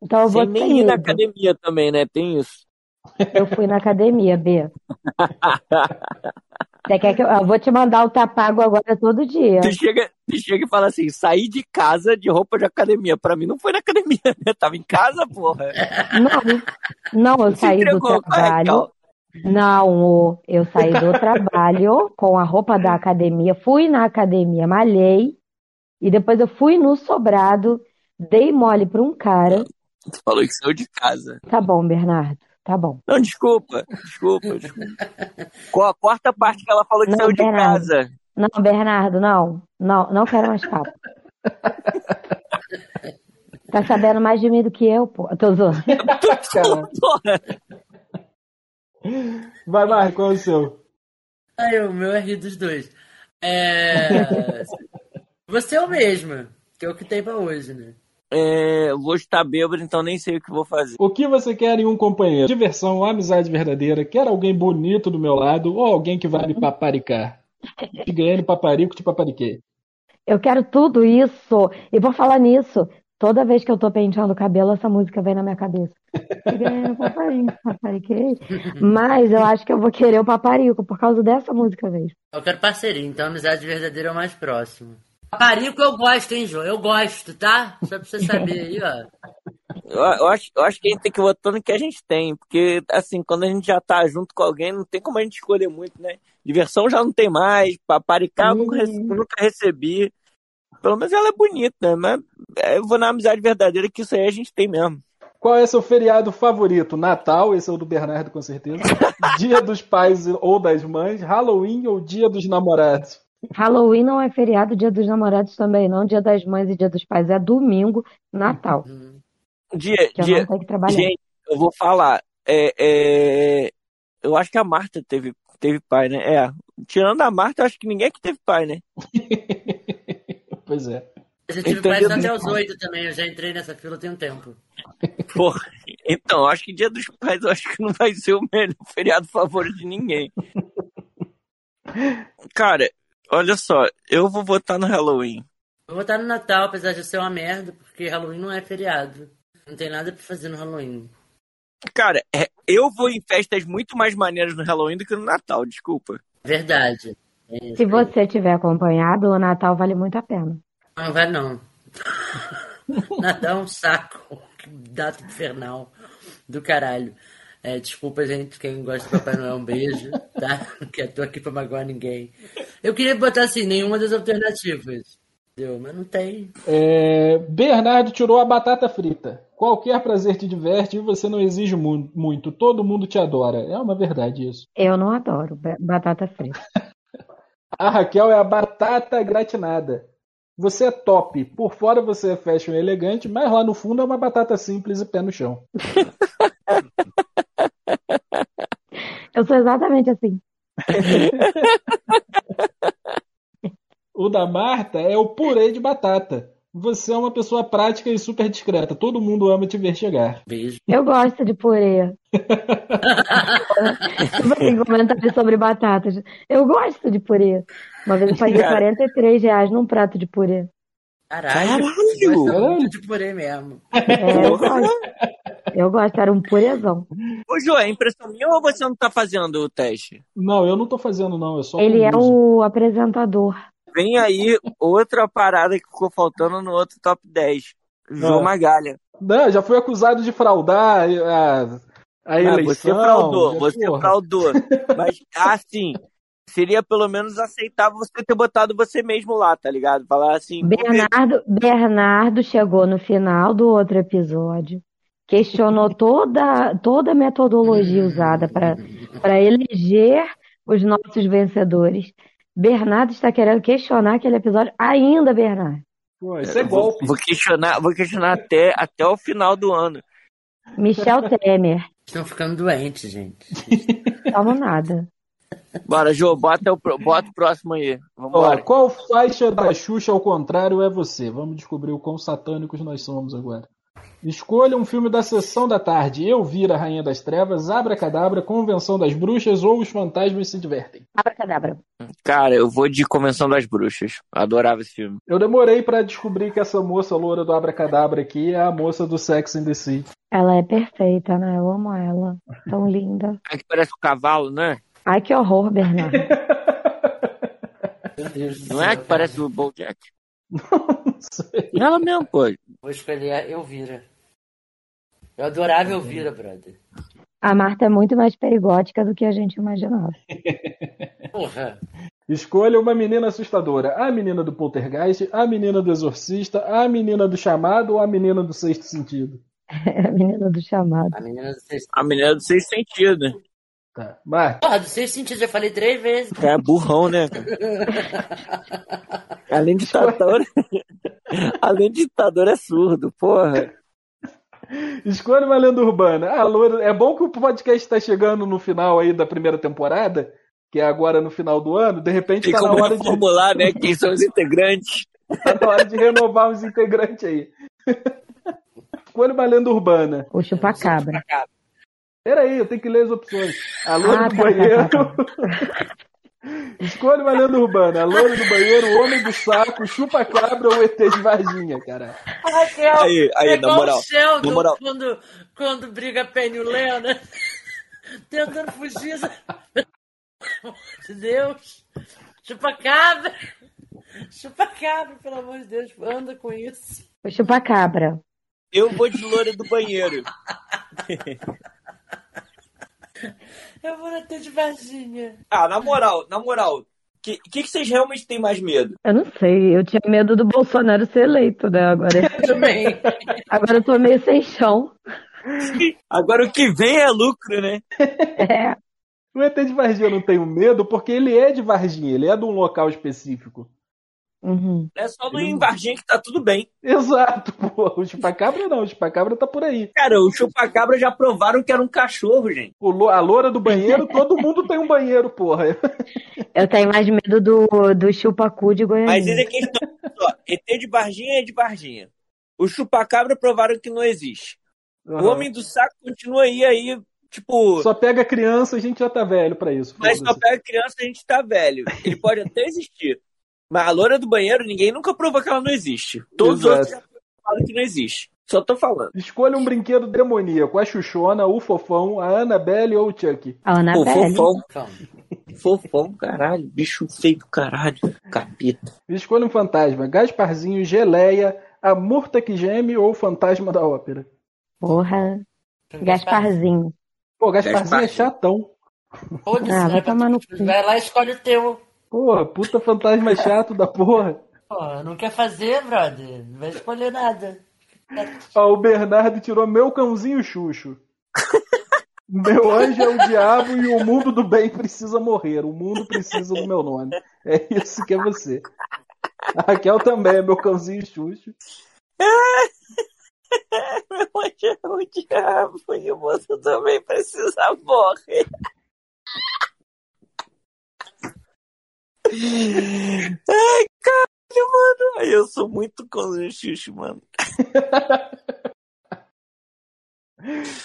Speaker 2: Então eu vou
Speaker 3: Sem nem ir
Speaker 2: sem
Speaker 3: na
Speaker 2: medo.
Speaker 3: academia também, né? Tem isso.
Speaker 2: Eu fui na academia, Bia. Você quer que eu, eu vou te mandar o tapago agora todo dia.
Speaker 3: Tu chega, tu chega e fala assim: saí de casa de roupa de academia. Pra mim não foi na academia, né? Tava em casa, porra.
Speaker 2: Não, não, eu
Speaker 3: Se
Speaker 2: saí do
Speaker 3: entregou, vai, então.
Speaker 2: trabalho.
Speaker 3: Cal.
Speaker 2: Não, ô, eu saí do trabalho com a roupa da academia, fui na academia, malhei, e depois eu fui no sobrado, dei mole pra um cara.
Speaker 3: Tu falou que saiu de casa.
Speaker 2: Tá bom, Bernardo, tá bom.
Speaker 3: Não, desculpa, desculpa, desculpa. Co- Corta a parte que ela falou que
Speaker 2: Não,
Speaker 3: saiu de
Speaker 2: pera.
Speaker 3: casa.
Speaker 2: Não, Bernardo, não, não, não quero mais papo. Tá sabendo mais de mim do que eu, pô. Eu Tô zoando.
Speaker 3: Porra,
Speaker 4: Vai, Marco, qual é o seu?
Speaker 1: Ai, o meu é rir dos dois. É... Você é o mesmo, que é o que tem pra hoje, né?
Speaker 3: É, vou estar bêbado, então nem sei o que vou fazer.
Speaker 4: O que você quer em um companheiro? Diversão, amizade verdadeira, quero alguém bonito do meu lado, ou alguém que vai me paparicar. Te ganhei no paparico, te papariquei.
Speaker 2: Eu quero tudo isso. E vou falar nisso. Toda vez que eu tô penteando o cabelo, essa música vem na minha cabeça. Querendo paparico, papariquei. Mas eu acho que eu vou querer o paparico por causa dessa música mesmo.
Speaker 1: Eu quero parceria, então a amizade verdadeira é o mais próximo. Paparico eu gosto, hein, João? Eu gosto, tá? Só pra você saber aí, ó.
Speaker 3: Eu, eu acho, eu acho que a gente tem que votar no que a gente tem, porque, assim, quando a gente já tá junto com alguém, não tem como a gente escolher muito, né? Diversão já não tem mais, paparicar eu nunca, rece- nunca recebi. Pelo menos ela é bonita, né? Mas é, eu vou na amizade verdadeira, que isso aí a gente tem mesmo.
Speaker 4: Qual é seu feriado favorito? Natal, esse é o do Bernardo com certeza. Dia dos pais ou das mães, Halloween ou Dia dos namorados?
Speaker 2: Halloween não é feriado, dia dos namorados também não, dia das mães e dia dos pais é domingo, Natal,
Speaker 3: Dia,
Speaker 2: que é eu
Speaker 3: dia,
Speaker 2: não tenho que trabalhar.
Speaker 3: gente, eu vou falar. É, é, eu acho que a Marta teve, teve pai, né? É, tirando a Marta, eu acho que ninguém aqui teve pai, né?
Speaker 4: Pois é.
Speaker 1: Eu já tive
Speaker 3: Então,
Speaker 1: paz
Speaker 3: dia
Speaker 1: até os oito também, eu já entrei nessa fila tem um tempo.
Speaker 3: Porra, então, eu acho que Dia dos Pais eu acho que não vai ser o melhor feriado favorito de ninguém. Cara, olha só, eu vou votar no Halloween.
Speaker 1: Vou votar no Natal, apesar de eu ser uma merda, porque Halloween não é feriado. Não tem nada pra fazer no Halloween.
Speaker 3: Cara, é, eu vou em festas muito mais maneiras no Halloween do que no Natal, desculpa.
Speaker 1: Verdade. É isso
Speaker 2: Se
Speaker 1: aí.
Speaker 2: você tiver acompanhado, o Natal vale muito a pena.
Speaker 1: Não vai não. Natal é um saco. Que data infernal do caralho. É, desculpa, gente, quem gosta do Papai Noel, um beijo, tá? Que eu tô aqui pra magoar ninguém. Eu queria botar assim, nenhuma das alternativas. Entendeu? Mas não tem.
Speaker 4: É, Bernardo tirou a batata frita. Qualquer prazer te diverte e você não exige mu- muito. Todo mundo te adora. É uma verdade isso.
Speaker 2: Eu não adoro ba- batata frita.
Speaker 4: A Raquel é a batata gratinada. Você é top. Por fora você é fashion e elegante, mas lá no fundo é uma batata simples e pé no chão.
Speaker 2: Eu sou exatamente assim.
Speaker 4: O da Marta é o purê de batata. Você é uma pessoa prática e super discreta. Todo mundo ama te ver chegar.
Speaker 1: Beijo.
Speaker 2: Eu gosto de purê. Tipo assim, comentário sobre batatas. Eu gosto de purê. Uma vez eu paguei
Speaker 3: Cara.
Speaker 2: 43 reais num prato de purê.
Speaker 1: Caralho.
Speaker 3: Caralho!
Speaker 1: eu gosto muito de purê mesmo.
Speaker 2: É, eu gosto. Eu gosto, era um purezão.
Speaker 3: Ô, Jô, é impressão minha ou você não tá fazendo o teste?
Speaker 4: Não, eu não tô fazendo, não. Eu só
Speaker 2: Ele é
Speaker 4: conduzo.
Speaker 2: o apresentador.
Speaker 3: Vem aí outra parada que ficou faltando no outro top 10. Jô
Speaker 4: Ah.
Speaker 3: Magalha.
Speaker 4: Não, já fui acusado de fraudar eh, a, a
Speaker 3: Ah,
Speaker 4: eleição.
Speaker 3: você fraudou,
Speaker 4: já-
Speaker 3: você
Speaker 4: porra.
Speaker 3: fraudou. Mas, assim, seria pelo menos aceitável você ter botado você mesmo lá, tá ligado? Falar assim, pô,
Speaker 2: Bernardo, Bernardo chegou no final do outro episódio, questionou toda, toda a metodologia usada para para eleger os nossos vencedores. Bernardo está querendo questionar aquele episódio ainda, Bernardo.
Speaker 4: Pô, isso é
Speaker 3: vou,
Speaker 4: golpe.
Speaker 3: vou questionar, vou questionar até, até o final do ano.
Speaker 2: Michel Temer,
Speaker 1: Estão ficando doentes, gente.
Speaker 2: calma nada.
Speaker 3: Bora, Jô, bota o, pro- bota o próximo aí.
Speaker 4: Ó,
Speaker 3: Vambora.
Speaker 4: qual faixa da Xuxa ao contrário é você? Vamos descobrir o quão satânicos nós somos agora. Escolha um filme da sessão da tarde. Eu vira Rainha das Trevas, Abra Cadabra, Convenção das Bruxas ou Os Fantasmas se Divertem.
Speaker 2: Abracadabra.
Speaker 3: Cara, eu vou de Convenção das Bruxas. Adorava esse filme.
Speaker 4: Eu demorei pra descobrir que essa moça loura do Abra Cadabra aqui é a moça do Sex and the City.
Speaker 2: Ela é perfeita, né? Eu amo ela. Tão linda.
Speaker 3: É que parece um cavalo, né?
Speaker 2: Ai, que horror, Bernardo.
Speaker 1: Meu Deus do
Speaker 3: Não é
Speaker 1: céu,
Speaker 3: que parece
Speaker 1: cara.
Speaker 3: o Bojack?
Speaker 4: Não sei.
Speaker 3: Ela mesmo, pô.
Speaker 1: Vou escolher a Elvira. Eu adorava Elvira, brother.
Speaker 2: A Marta é muito mais perigótica do que a gente imaginava.
Speaker 1: Porra.
Speaker 4: Escolha uma menina assustadora. A menina do Poltergeist, a menina do Exorcista, a menina do Chamado ou a menina do Sexto Sentido.
Speaker 2: É a menina do chamado.
Speaker 1: A menina do sexto.
Speaker 3: A menina é do Seis Sentidos.
Speaker 4: Tá. Marta.
Speaker 1: Ah, do sexto sentido, já falei três vezes.
Speaker 3: É burrão, né? Além de ditador, além de ditador é surdo, porra.
Speaker 4: Escolha uma lenda urbana. A loira... É bom que o podcast está chegando no final aí da primeira temporada, que é agora no final do ano. De repente
Speaker 3: Tem
Speaker 4: está na,
Speaker 3: como
Speaker 4: hora de...
Speaker 3: reformular, né? Quem são os integrantes?
Speaker 4: tá na hora de renovar os integrantes aí. Escolha uma lenda urbana.
Speaker 2: O chupacabra.
Speaker 4: Peraí, eu tenho que ler as opções. A loira
Speaker 2: Ah,
Speaker 4: do
Speaker 2: tá,
Speaker 4: banheiro.
Speaker 2: tá,
Speaker 4: Escolha uma lenda urbana. A loira do banheiro, o homem do saco, o chupa-cabra ou o ET de Varginha, cara.
Speaker 1: Raquel,
Speaker 3: Aí, aí,
Speaker 1: é
Speaker 3: na
Speaker 1: igual
Speaker 3: moral,
Speaker 1: o Sheldon
Speaker 3: na moral.
Speaker 1: Quando, quando briga Penny e o Lena, tentando fugir. Pelo amor de Deus. Chupacabra. Chupacabra, pelo amor de Deus, anda com isso.
Speaker 2: O chupacabra.
Speaker 3: Eu vou de loura do banheiro.
Speaker 1: Eu vou até de Varginha.
Speaker 3: Ah, na moral, na moral. O que, que, que vocês realmente têm mais medo?
Speaker 2: Eu não sei, eu tinha medo do Bolsonaro ser eleito, né? Agora,
Speaker 1: Também.
Speaker 2: agora eu tô meio sem chão.
Speaker 3: Agora o que vem é lucro, né?
Speaker 2: É.
Speaker 4: O ET de Varginha eu não tenho medo porque ele é de Varginha, ele é de um local específico.
Speaker 2: Uhum.
Speaker 3: É só no em Varginha que tá tudo bem.
Speaker 4: Exato, pô. O chupacabra não, o chupacabra tá por aí.
Speaker 3: Cara, o chupacabra já provaram que era um cachorro, gente.
Speaker 4: O lo- a loura do banheiro, todo mundo tem um banheiro, porra.
Speaker 2: Eu tenho mais medo do, do chupacu de Goiânia.
Speaker 3: Mas ele é questão. Ó, ET de Varginha é de Varginha. O chupacabra provaram que não existe. O homem do saco continua aí, aí, tipo.
Speaker 4: Só pega criança, a gente já tá velho pra isso.
Speaker 3: Mas só
Speaker 4: foda-se.
Speaker 3: pega criança a gente tá velho. Ele pode até existir. Mas a loura do banheiro, ninguém nunca provou que ela não existe. Todos os
Speaker 4: Exato.
Speaker 3: outros já falam que não existe. Só tô falando.
Speaker 4: Escolha um brinquedo demoníaco, a Xuxona, o Fofão, a Annabelle ou o Chuck.
Speaker 2: A
Speaker 3: Pô,
Speaker 2: Anabelle.
Speaker 3: fofão,
Speaker 1: Calma.
Speaker 3: fofão, caralho. Bicho feio do caralho. Capeta.
Speaker 4: Escolha um fantasma, Gasparzinho, Geleia, a Murta que Geme ou o Fantasma da Ópera.
Speaker 2: Porra. Gasparzinho.
Speaker 4: Pô, Gasparzinho é
Speaker 3: Gasparzinho.
Speaker 4: chatão.
Speaker 1: Foda-se,
Speaker 2: Ah,
Speaker 1: né?
Speaker 2: vai tomar no cu.
Speaker 1: Vai lá e escolhe o teu.
Speaker 4: Porra, puta fantasma chato da porra.
Speaker 1: Pô, não quer fazer, brother? Não vai escolher nada.
Speaker 4: Ó, o Bernardo tirou meu cãozinho Xuxo. Meu anjo é o diabo e o mundo do bem precisa morrer. O mundo precisa do meu nome. É isso que é você. A Raquel também é meu cãozinho Xuxo.
Speaker 3: O diabo e você também precisa morrer. Ai, caralho, mano. Ai, Eu sou muito contra o xixi, mano.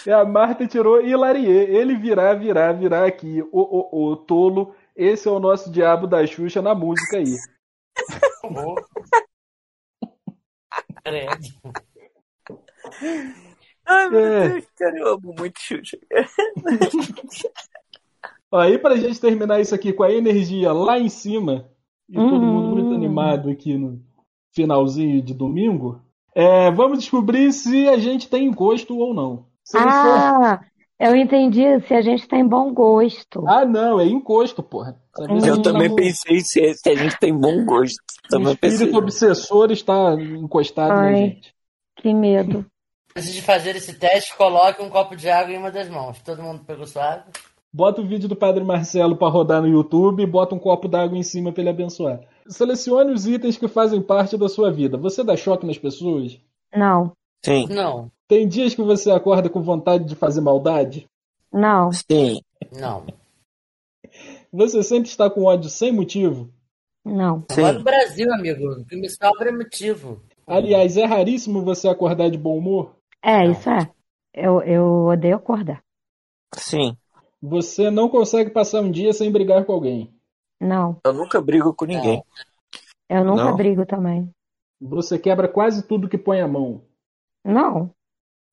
Speaker 4: E É, a Marta tirou Hilarie. Ele virá, virá, virá aqui. Ô, ô, ô, tolo. Esse é o nosso diabo da Xuxa na música aí.
Speaker 1: Horror. Credo.
Speaker 3: Ai, meu
Speaker 4: É.
Speaker 3: Deus, cara, eu amo muito É chute.
Speaker 4: Aí, pra gente terminar isso aqui com a energia lá em cima, e todo
Speaker 2: Uhum.
Speaker 4: mundo muito animado aqui no finalzinho de domingo, é, vamos descobrir se a gente tem encosto ou não. Se ele for-
Speaker 2: Ah, eu entendi. Se a gente tem bom gosto.
Speaker 4: Ah, não, é encosto, porra. Saber se
Speaker 2: Eu
Speaker 4: ele tá
Speaker 2: também
Speaker 4: no-
Speaker 3: pensei se, se a gente tem bom gosto.
Speaker 4: O espírito obsessor está encostado na
Speaker 2: Ai.
Speaker 4: gente.
Speaker 2: Que medo.
Speaker 1: Antes de fazer esse teste, coloque um copo de água em uma das mãos. Todo mundo pegou sua água?
Speaker 4: Bota o vídeo do Padre Marcelo pra rodar no YouTube e bota um copo d'água em cima pra ele abençoar. Selecione os itens que fazem parte da sua vida. Você dá choque nas pessoas?
Speaker 2: Não,
Speaker 3: Sim,
Speaker 1: Não.
Speaker 4: Tem dias que você acorda com vontade de fazer maldade?
Speaker 2: não,
Speaker 3: sim.
Speaker 1: Não.
Speaker 4: Você sempre está com ódio sem motivo?
Speaker 2: não.
Speaker 1: Agora
Speaker 3: Sim.
Speaker 1: no Brasil, amigo. O que me sobra é motivo.
Speaker 4: Aliás, é raríssimo você acordar de bom humor?
Speaker 2: É,
Speaker 1: Não.
Speaker 2: isso é. Eu, eu odeio acordar.
Speaker 3: Sim.
Speaker 4: Você não consegue passar um dia sem brigar com alguém.
Speaker 2: Não,
Speaker 3: Eu nunca brigo com ninguém.
Speaker 2: eu nunca
Speaker 3: Não.
Speaker 2: brigo também.
Speaker 4: Você quebra quase tudo que põe a mão.
Speaker 2: Não,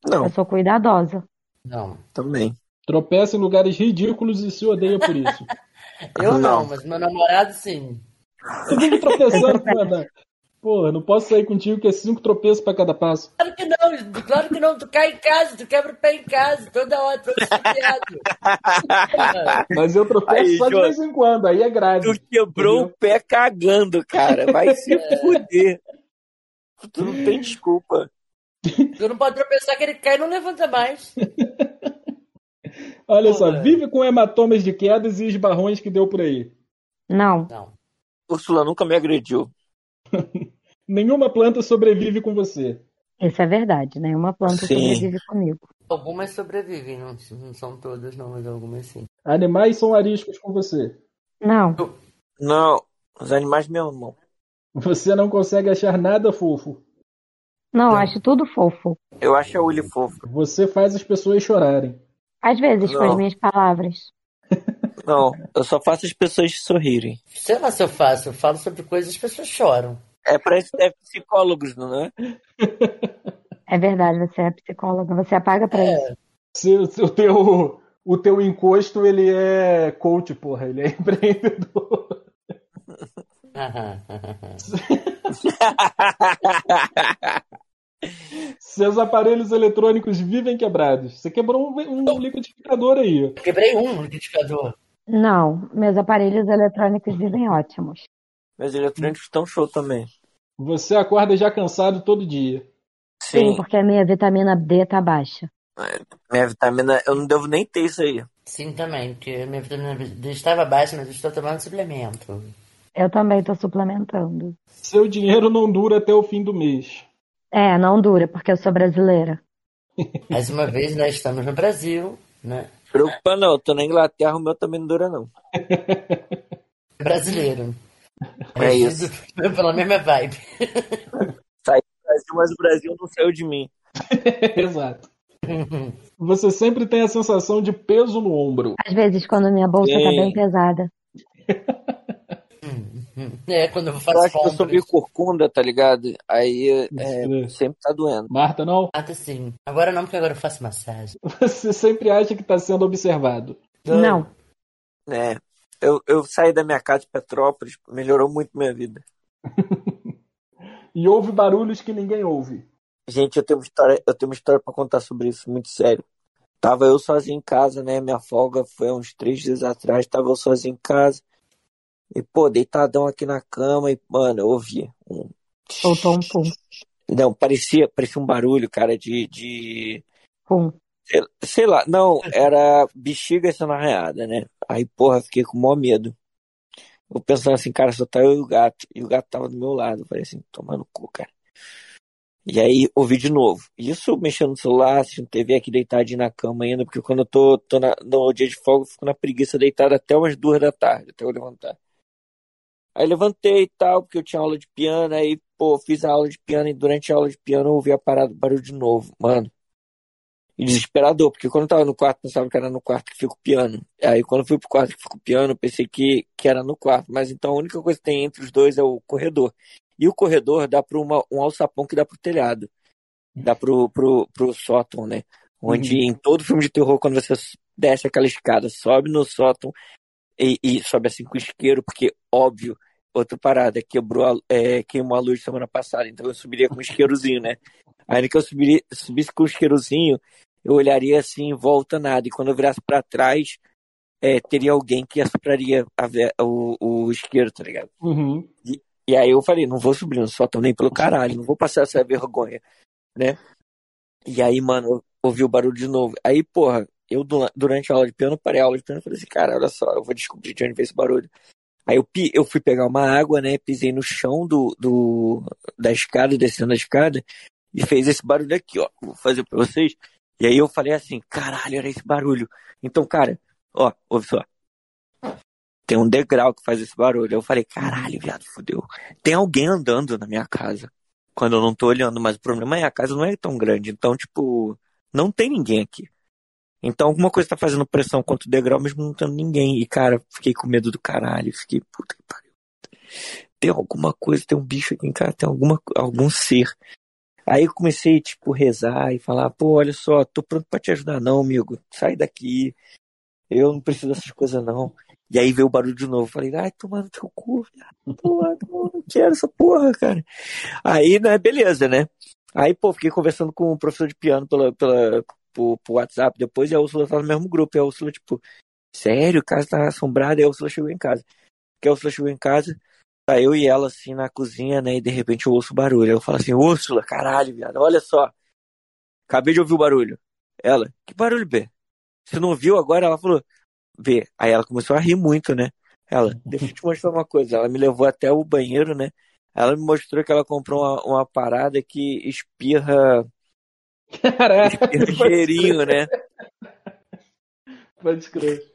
Speaker 3: Não,
Speaker 2: eu sou cuidadosa.
Speaker 1: Não.
Speaker 3: também.
Speaker 4: Tropeça em lugares ridículos e se odeia por isso.
Speaker 1: Eu não,
Speaker 3: Não.
Speaker 1: mas meu namorado sim.
Speaker 4: Você vive tropeçando, mano. Porra, não posso sair contigo que é cinco tropeços pra cada passo.
Speaker 1: Claro que não, claro que não. Tu cai em casa, tu quebra o pé em casa, toda hora, todo chateado. Porra.
Speaker 4: Mas eu tropeço
Speaker 3: Aí,
Speaker 4: só de
Speaker 3: Jô.
Speaker 4: vez em quando, aí é grave.
Speaker 3: Tu quebrou o pé cagando, cara. Vai se fuder. É. Tu não tem desculpa.
Speaker 1: Tu não pode tropeçar que ele cai e não levanta mais.
Speaker 4: Olha só,
Speaker 1: Porra.
Speaker 4: vive com hematomas de quedas e esbarrões que deu por aí.
Speaker 2: Não,
Speaker 1: Não.
Speaker 3: Úrsula nunca me agrediu.
Speaker 4: Nenhuma planta sobrevive com você.
Speaker 2: isso é verdade. Nenhuma planta
Speaker 3: Sim.
Speaker 2: sobrevive comigo.
Speaker 1: Algumas sobrevivem, não, não são todas, não, mas algumas sim.
Speaker 4: Animais são ariscos com você.
Speaker 2: Não,
Speaker 3: Não, os animais me amam.
Speaker 4: Você não consegue achar nada fofo.
Speaker 2: não, acho tudo fofo.
Speaker 3: Eu acho é a Willy fofa.
Speaker 4: Você faz as pessoas chorarem.
Speaker 2: Às vezes, com as
Speaker 3: Não.
Speaker 2: minhas palavras.
Speaker 3: Não, eu só faço as pessoas sorrirem.
Speaker 1: Sei lá se eu faço, eu falo sobre coisas e as pessoas choram.
Speaker 3: É pra isso que deve psicólogos, não é?
Speaker 2: É verdade, você é psicóloga, você apaga
Speaker 1: É.
Speaker 2: pra isso.
Speaker 4: Se, o- se o, teu, o teu encosto, ele é coach, porra. Ele é empreendedor. Se Seus aparelhos eletrônicos vivem quebrados. Você quebrou um, um liquidificador aí.
Speaker 1: Quebrei um liquidificador.
Speaker 2: Não, meus aparelhos eletrônicos vivem ótimos.
Speaker 3: Meus eletrônicos estão é show também.
Speaker 4: Você acorda já cansado todo dia.
Speaker 2: Sim, porque a minha vitamina D tá baixa.
Speaker 3: Minha vitamina, eu não devo nem ter isso aí.
Speaker 1: Sim, também, porque minha vitamina D estava baixa, mas eu estou tomando suplemento.
Speaker 2: Eu também tô suplementando.
Speaker 4: Seu dinheiro não dura até o fim do mês.
Speaker 2: É, não dura, porque eu sou brasileira.
Speaker 1: Mais uma vez, nós estamos no Brasil, né?
Speaker 3: Preocupa não, eu tô na Inglaterra, o meu também não dura não.
Speaker 1: Brasileiro.
Speaker 3: É isso.
Speaker 1: Pela mesma vibe.
Speaker 3: Saí do Brasil, mas o Brasil não saiu de mim.
Speaker 4: Exato. Você sempre tem a sensação de peso no ombro.
Speaker 2: Às vezes, quando minha bolsa tá
Speaker 3: Sim.
Speaker 2: bem pesada.
Speaker 1: É, quando eu
Speaker 3: Eu
Speaker 1: faço
Speaker 3: acho que eu sou meio
Speaker 1: compras.
Speaker 3: corcunda, tá ligado? Aí
Speaker 4: Isso.
Speaker 3: é, sempre tá doendo.
Speaker 4: Marta, não?
Speaker 1: Ah, tá sim. Agora não, porque agora eu faço massagem.
Speaker 4: Você sempre acha que tá sendo observado.
Speaker 2: Não.
Speaker 3: É. Eu, eu saí da minha casa de Petrópolis, melhorou muito minha vida.
Speaker 4: E ouve barulhos que ninguém ouve.
Speaker 3: Gente, eu tenho uma história, eu tenho uma história pra contar sobre isso, muito sério. Tava eu sozinho em casa, né? Minha folga foi há uns três dias atrás, tava eu sozinho em casa. E, pô, deitadão aqui na cama e, mano, eu ouvi um.
Speaker 2: Soltou um pum.
Speaker 3: Não, parecia, parecia um barulho, cara, de, de
Speaker 2: Pum.
Speaker 3: Sei- Sei lá, não, era bexiga sendo arranhada, né? Aí, porra, fiquei com o maior medo. Eu pensando assim, cara, só tá eu e o gato. E o gato tava do meu lado. Eu falei assim, tomando cu, cara. E aí, ouvi de novo. Isso mexendo no celular, assistindo TV aqui deitadinho na cama ainda, porque quando eu tô, tô na- no dia de folga, eu fico na preguiça deitado até umas duas da tarde, até eu levantar. Aí levantei e tal, porque eu tinha aula de piano, aí, pô, fiz a aula de piano e durante a aula de piano eu ouvi a parada, o barulho de novo, mano. E desesperador, porque quando eu tava no quarto, pensava que era no quarto que fica o piano. Aí quando eu fui pro quarto que fica o piano, eu pensei que, que era no quarto. Mas então a única coisa que tem entre os dois é o corredor. E o corredor dá para um alçapão que dá pro telhado. Dá pro, pro, pro sótão, né? Onde em todo filme de terror, quando você desce aquela escada, sobe no sótão e, e sobe assim com isqueiro, porque óbvio, outra parada, quebrou a, é, queimou a luz semana passada, então eu subiria com um isqueirozinho, né? Ainda que eu subiria, subisse com um isqueirozinho, eu olharia assim em volta nada, e quando eu virasse pra trás, é, teria alguém que assopraria a ve- o, o isqueiro, tá ligado?
Speaker 4: Uhum.
Speaker 3: E aí eu falei, não vou subir no sótão nem pelo caralho, não vou passar essa vergonha, né? E aí, mano, eu ouvi o barulho de novo. Aí, porra, eu du- durante a aula de piano, parei a aula de piano e falei assim, cara, olha só, eu vou descobrir de onde veio esse barulho. Aí eu, pi- eu fui pegar uma água, né? Pisei no chão do, do, da escada, descendo a escada, e fez esse barulho aqui, ó. Vou fazer pra vocês. E aí eu falei assim, caralho, era esse barulho. Então, cara, ó, ouve só. Tem um degrau que faz esse barulho. Eu falei, caralho, viado, fudeu. Tem alguém andando na minha casa. Quando eu não tô olhando, mas o problema é a casa não é tão grande. Então, tipo, não tem ninguém aqui. Então, alguma coisa tá fazendo pressão contra o degrau, mesmo não tendo ninguém. E, cara, fiquei com medo do caralho. Fiquei, puta que pariu. Tem alguma coisa, tem um bicho aqui em casa, tem alguma, co- algum ser. Aí eu comecei, tipo, rezar e falar, pô, olha só, tô pronto pra te ajudar não, amigo. Sai daqui. Eu não preciso dessas coisas, não. E aí veio o barulho de novo. Falei, ai, tomando teu cu, viado. Porra, não não quero essa porra, cara. Aí, né, beleza, né? Aí, pô, fiquei conversando com o professor de piano pela, pela, por, por WhatsApp depois e a Úrsula tava no mesmo grupo. E a Úrsula, tipo, sério, a casa tá assombrada. E a Úrsula chegou em casa. Porque a Úrsula chegou em casa, tá eu e ela assim na cozinha, né? E de repente eu ouço o barulho. Eu falo assim, Úrsula, caralho, viado, olha só. Acabei de ouvir o barulho. Ela, que barulho, B? Você não ouviu agora? Ela falou, B. Aí ela começou a rir muito, né? Ela, deixa eu te mostrar uma coisa. Ela me levou até o banheiro, né? Ela me mostrou que ela comprou uma, uma parada que espirra,
Speaker 4: Caraca,
Speaker 3: espirra cheirinho, né?
Speaker 4: pode crer.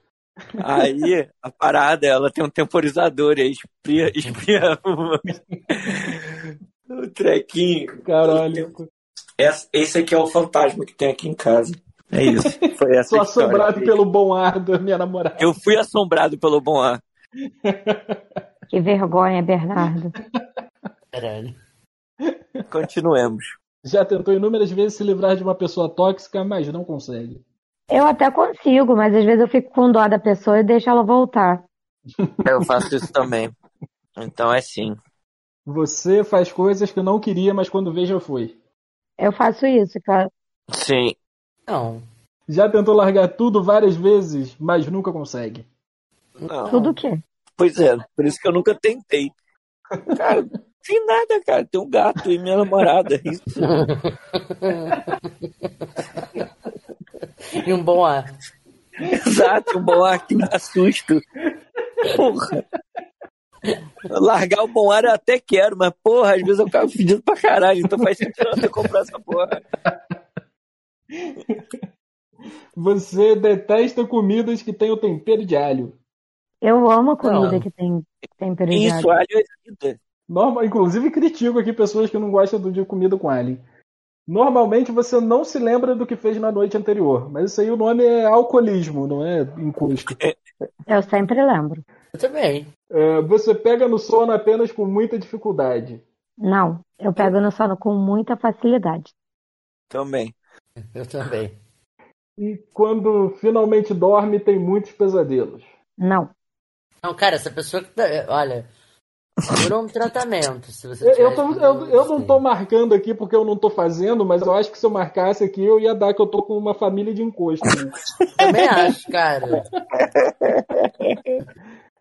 Speaker 3: Aí, a parada, ela tem um temporizador, e aí espirra, espirra o um trequinho.
Speaker 4: Caralho.
Speaker 3: Essa- Esse aqui é o fantasma que tem aqui em casa. É isso. Foi essa
Speaker 4: Sou
Speaker 3: a história.
Speaker 4: assombrado pelo bom ar da minha namorada.
Speaker 3: Eu fui assombrado pelo bom ar.
Speaker 2: Que vergonha, Bernardo.
Speaker 1: Caralho.
Speaker 3: Continuemos.
Speaker 4: Já tentou inúmeras vezes se livrar de uma pessoa tóxica, mas não consegue.
Speaker 2: Eu até consigo, mas às vezes eu fico com dó da pessoa e deixo ela voltar.
Speaker 3: Eu faço isso também. Então é sim.
Speaker 4: Você faz coisas que não queria, mas quando vê já foi.
Speaker 2: Eu faço isso, cara.
Speaker 3: Sim.
Speaker 1: Não.
Speaker 4: Já tentou largar tudo várias vezes, mas nunca consegue.
Speaker 3: Não.
Speaker 2: Tudo o quê?
Speaker 3: Pois é, por isso que eu nunca tentei. Cara, sem nada, cara. Tem um gato e minha namorada. é Isso.
Speaker 1: E um bom ar.
Speaker 3: Exato, um bom ar que dá susto. Porra. Largar o bom ar eu até quero, mas porra, às vezes eu cago fedido pra caralho, então faz sentido eu comprar essa porra.
Speaker 4: Você detesta comidas que têm o tempero de alho.
Speaker 2: Eu amo comida
Speaker 1: Não.
Speaker 2: que tem tempero de
Speaker 3: Isso,
Speaker 2: alho.
Speaker 3: alho é vida.
Speaker 4: Norma, inclusive critico aqui pessoas que não gostam do- de comida com alho. Normalmente você não se lembra do que fez na noite anterior, mas isso aí o nome é alcoolismo, não é encosto.
Speaker 2: Eu sempre lembro.
Speaker 1: Eu também.
Speaker 4: É, você pega no sono apenas com muita dificuldade.
Speaker 2: Não, eu pego no sono com muita facilidade.
Speaker 3: Também.
Speaker 1: Eu também.
Speaker 4: E quando finalmente dorme, tem muitos pesadelos.
Speaker 2: Não.
Speaker 1: Não, cara, essa pessoa que tá. Olha. Por um tratamento, se você
Speaker 4: Eu, eu
Speaker 1: tiver
Speaker 4: tô-
Speaker 1: esse
Speaker 4: eu- eu não tô
Speaker 1: problema,
Speaker 4: marcando aqui porque eu não tô fazendo, mas eu acho que se eu marcasse aqui, eu ia dar que eu tô com uma família de encosto. né?
Speaker 1: assim. Também acho, cara.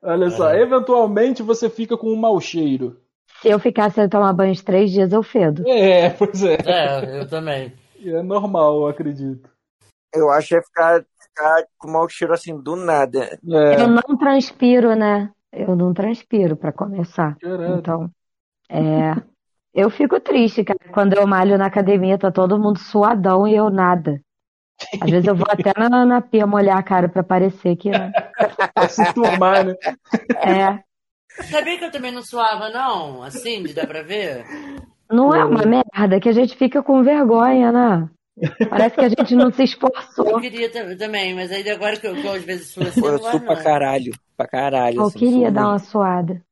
Speaker 4: Olha só, eventualmente você fica com um mau cheiro.
Speaker 2: Se eu ficar sem tomar banho os três dias, eu fedo.
Speaker 4: É, pois é.
Speaker 1: É, eu também.
Speaker 4: É normal, eu acredito.
Speaker 3: Eu acho que é ficar, ficar com mau cheiro assim do nada.
Speaker 2: Eu
Speaker 4: É,
Speaker 2: não transpiro, né? Eu não transpiro pra começar.
Speaker 4: Caralho.
Speaker 2: Então, é. Eu fico triste, cara. Quando eu malho na academia, tá todo mundo suadão e eu nada. Às vezes eu vou até na, na pia molhar a cara pra parecer que. né?
Speaker 4: pra se turmar, né?
Speaker 2: É.
Speaker 1: Sabia que eu também não suava, não? Assim, de dar pra ver?
Speaker 2: Não é uma merda que a gente fica com vergonha, né? Parece que a gente não se
Speaker 1: Eu
Speaker 2: esforçou.
Speaker 1: queria tam- também, mas aí agora que eu, que eu às vezes suo assim,
Speaker 3: Pô, eu
Speaker 1: não vai
Speaker 3: sou pra
Speaker 1: não.
Speaker 3: caralho. Pra caralho.
Speaker 2: Eu
Speaker 3: assim,
Speaker 2: queria
Speaker 3: sou
Speaker 2: dar uma suada.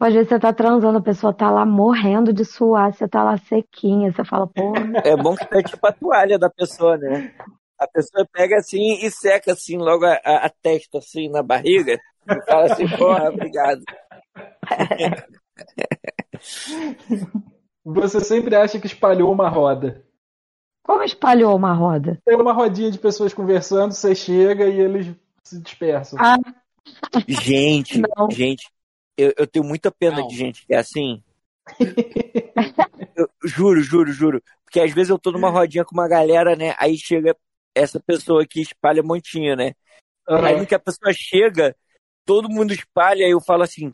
Speaker 2: Às vezes você tá transando, a pessoa tá lá morrendo de suar, você tá lá sequinha, você fala, pô,
Speaker 3: É bom que é tipo a toalha da pessoa, né? A pessoa pega assim e seca assim logo a, a- a testa assim na barriga e fala assim, porra, obrigado.
Speaker 4: Você sempre acha que espalhou uma roda.
Speaker 2: como espalhou uma roda?
Speaker 4: Tem uma rodinha de pessoas conversando, você chega e eles se dispersam.
Speaker 2: Ah,
Speaker 3: Gente,
Speaker 2: Não.
Speaker 3: gente, eu, eu tenho muita pena
Speaker 1: Não.
Speaker 3: de gente que é assim. Eu juro, juro, juro. Porque às vezes eu tô numa rodinha com uma galera, né? Aí chega essa pessoa que espalha montinho, né?
Speaker 4: Aham.
Speaker 3: Aí no que a pessoa chega, todo mundo espalha, aí eu falo assim,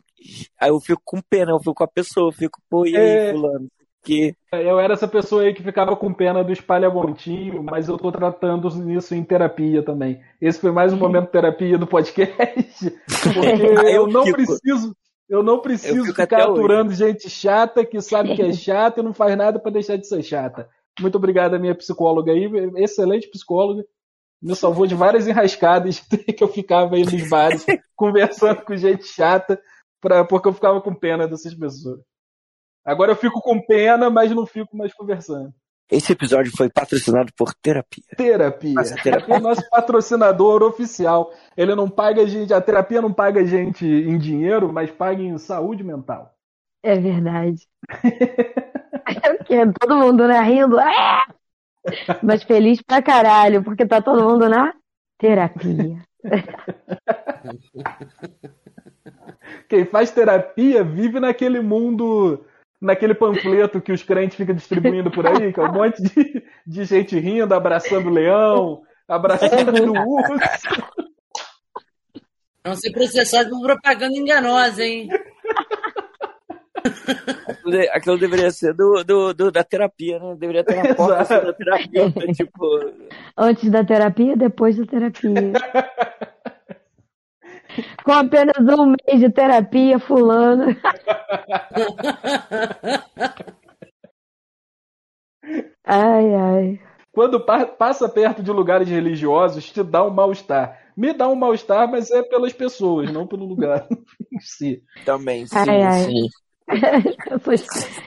Speaker 3: aí eu fico com pena, eu fico com a pessoa, eu fico, pô, e aí,
Speaker 4: É.
Speaker 3: fulano? Que...
Speaker 4: Eu era essa pessoa aí que ficava com pena do espalha-montinho, mas eu tô tratando isso em terapia também. Esse foi mais um momento terapia do podcast, porque
Speaker 3: Ah, eu
Speaker 4: eu não
Speaker 3: fico.
Speaker 4: preciso, eu não preciso
Speaker 3: Eu fico
Speaker 4: ficar
Speaker 3: até hoje.
Speaker 4: aturando gente chata que sabe que é chata e não faz nada pra deixar de ser chata. Muito obrigado à minha psicóloga aí, excelente psicóloga. Me salvou de várias enrascadas que eu ficava aí nos bares conversando com gente chata, pra, porque eu ficava com pena dessas pessoas. Agora eu fico com pena, mas não fico mais conversando.
Speaker 3: Esse episódio foi patrocinado por terapia.
Speaker 4: Terapia.
Speaker 3: Faça
Speaker 4: Terapia é nosso patrocinador oficial. Ele não paga a gente, a terapia não paga a gente em dinheiro, mas paga em saúde mental.
Speaker 2: é verdade. É o quê? Todo mundo, né, rindo, ah! mas feliz pra caralho, porque tá todo mundo na terapia.
Speaker 4: Quem faz terapia vive naquele mundo, naquele panfleto que os crentes ficam distribuindo por aí, que é um monte de, de gente rindo, abraçando o leão, abraçando o urso.
Speaker 1: Não ser processado por propaganda enganosa, hein?
Speaker 3: Aquilo, de- aquilo deveria ser do, do, do- da terapia, né? Deveria ter na porta
Speaker 4: Exato.
Speaker 3: assim, da terapia, tá, tipo...
Speaker 2: Antes da terapia, depois da terapia. Com apenas um mês de terapia, fulano. Ai, ai.
Speaker 4: Quando pa- passa perto de lugares religiosos, te dá um mal-estar. Me dá um mal-estar, mas é pelas pessoas, não pelo lugar em si.
Speaker 3: Também, sim,
Speaker 2: Ai, ai.
Speaker 3: sim.
Speaker 2: Eu sou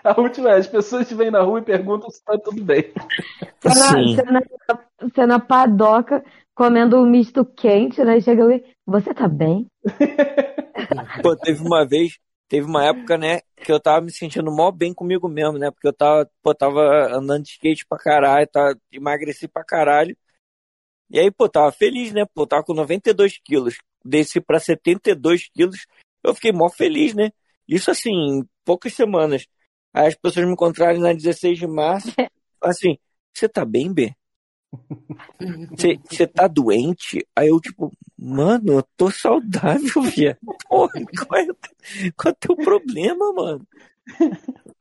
Speaker 4: A última é, as pessoas te vêm na rua e perguntam se tá tudo bem.
Speaker 2: Você na,
Speaker 3: Sim.
Speaker 2: você na- você na padoca comendo um misto quente, né? Chega alguém, você tá bem?
Speaker 3: Pô, teve uma vez, Teve uma época, né, que eu tava me sentindo mó bem comigo mesmo, né? Porque eu tava, pô, tava andando de skate pra caralho, tava, emagreci pra caralho. E aí, pô, tava feliz, né? Pô, tava com 92 quilos. Desci pra 72 quilos. Eu fiquei mó feliz, né? Isso assim, em poucas semanas. Aí as pessoas me encontraram na 16 de março. Assim, você tá bem, B? Você tá doente? Aí eu, tipo, mano, eu tô saudável, viado. Porra, qual é, o te- qual é o teu problema, mano?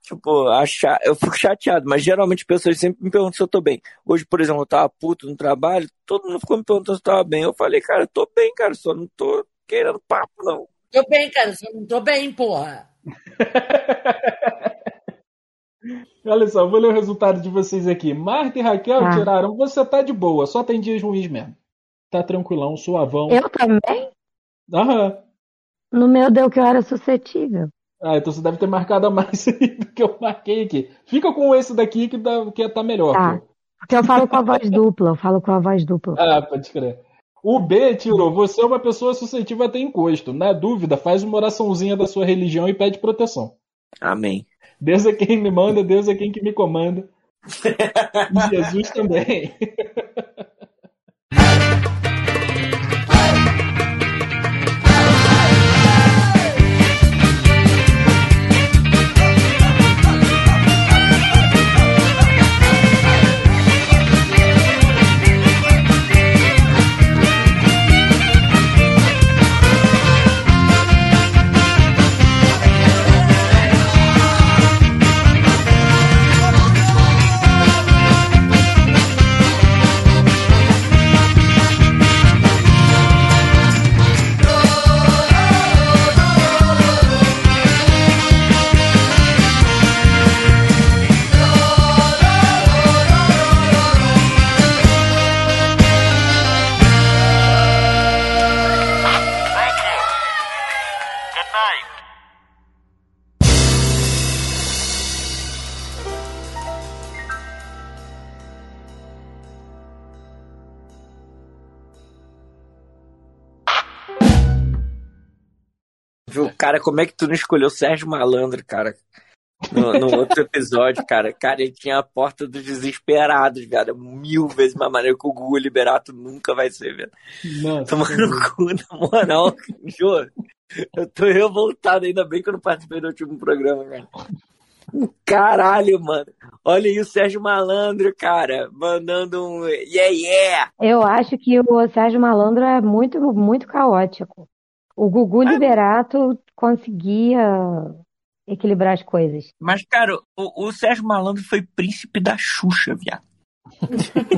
Speaker 3: Tipo, achar, eu fico chateado, mas geralmente as pessoas sempre me perguntam se eu tô bem. Hoje, por exemplo, eu tava puto no trabalho, todo mundo ficou me perguntando se eu tava bem. Eu falei, cara, eu tô bem, cara, só não tô querendo papo, não.
Speaker 1: Tô bem, cara, só não tô bem, porra.
Speaker 4: Olha só, vou ler o resultado de vocês aqui. Marta e Raquel
Speaker 2: Tá.
Speaker 4: tiraram. Você tá de boa, só tem dias ruins mesmo. Tá tranquilão, suavão.
Speaker 2: Eu também?
Speaker 4: Aham.
Speaker 2: No meu deu que eu era suscetível.
Speaker 4: Ah, então você deve ter marcado a mais aí do que eu marquei aqui. Fica com esse daqui que, dá, que tá melhor.
Speaker 2: Tá.
Speaker 4: pô.
Speaker 2: Porque eu falo com a voz dupla, eu falo com a voz dupla.
Speaker 4: Ah, pode crer. O B tirou. Você é uma pessoa suscetível a ter encosto. Na dúvida, faz uma oraçãozinha da sua religião e pede proteção.
Speaker 3: Amém.
Speaker 4: Deus é quem me manda, Deus é quem que me comanda. E Jesus também.
Speaker 5: Thank you. Good night.
Speaker 3: Viu, cara, como é que tu não escolheu o Sérgio Malandro, cara? No, no outro episódio, cara. Cara, ele tinha a porta dos desesperados, viado. Mil vezes mais maneiro que o Gugu Liberato nunca vai ser, viado.
Speaker 4: Nossa.
Speaker 3: Tomar no cu, na moral, juro. Eu tô revoltado, ainda bem que eu não participei do último programa, cara. Caralho, mano. Olha aí o Sérgio Malandro, cara, mandando um yeah, yeah.
Speaker 2: Eu acho que o Sérgio Malandro é muito, muito caótico. O Gugu Liberato conseguia equilibrar as coisas.
Speaker 3: Mas, cara, o, o Sérgio Malandro foi príncipe da Xuxa, viado.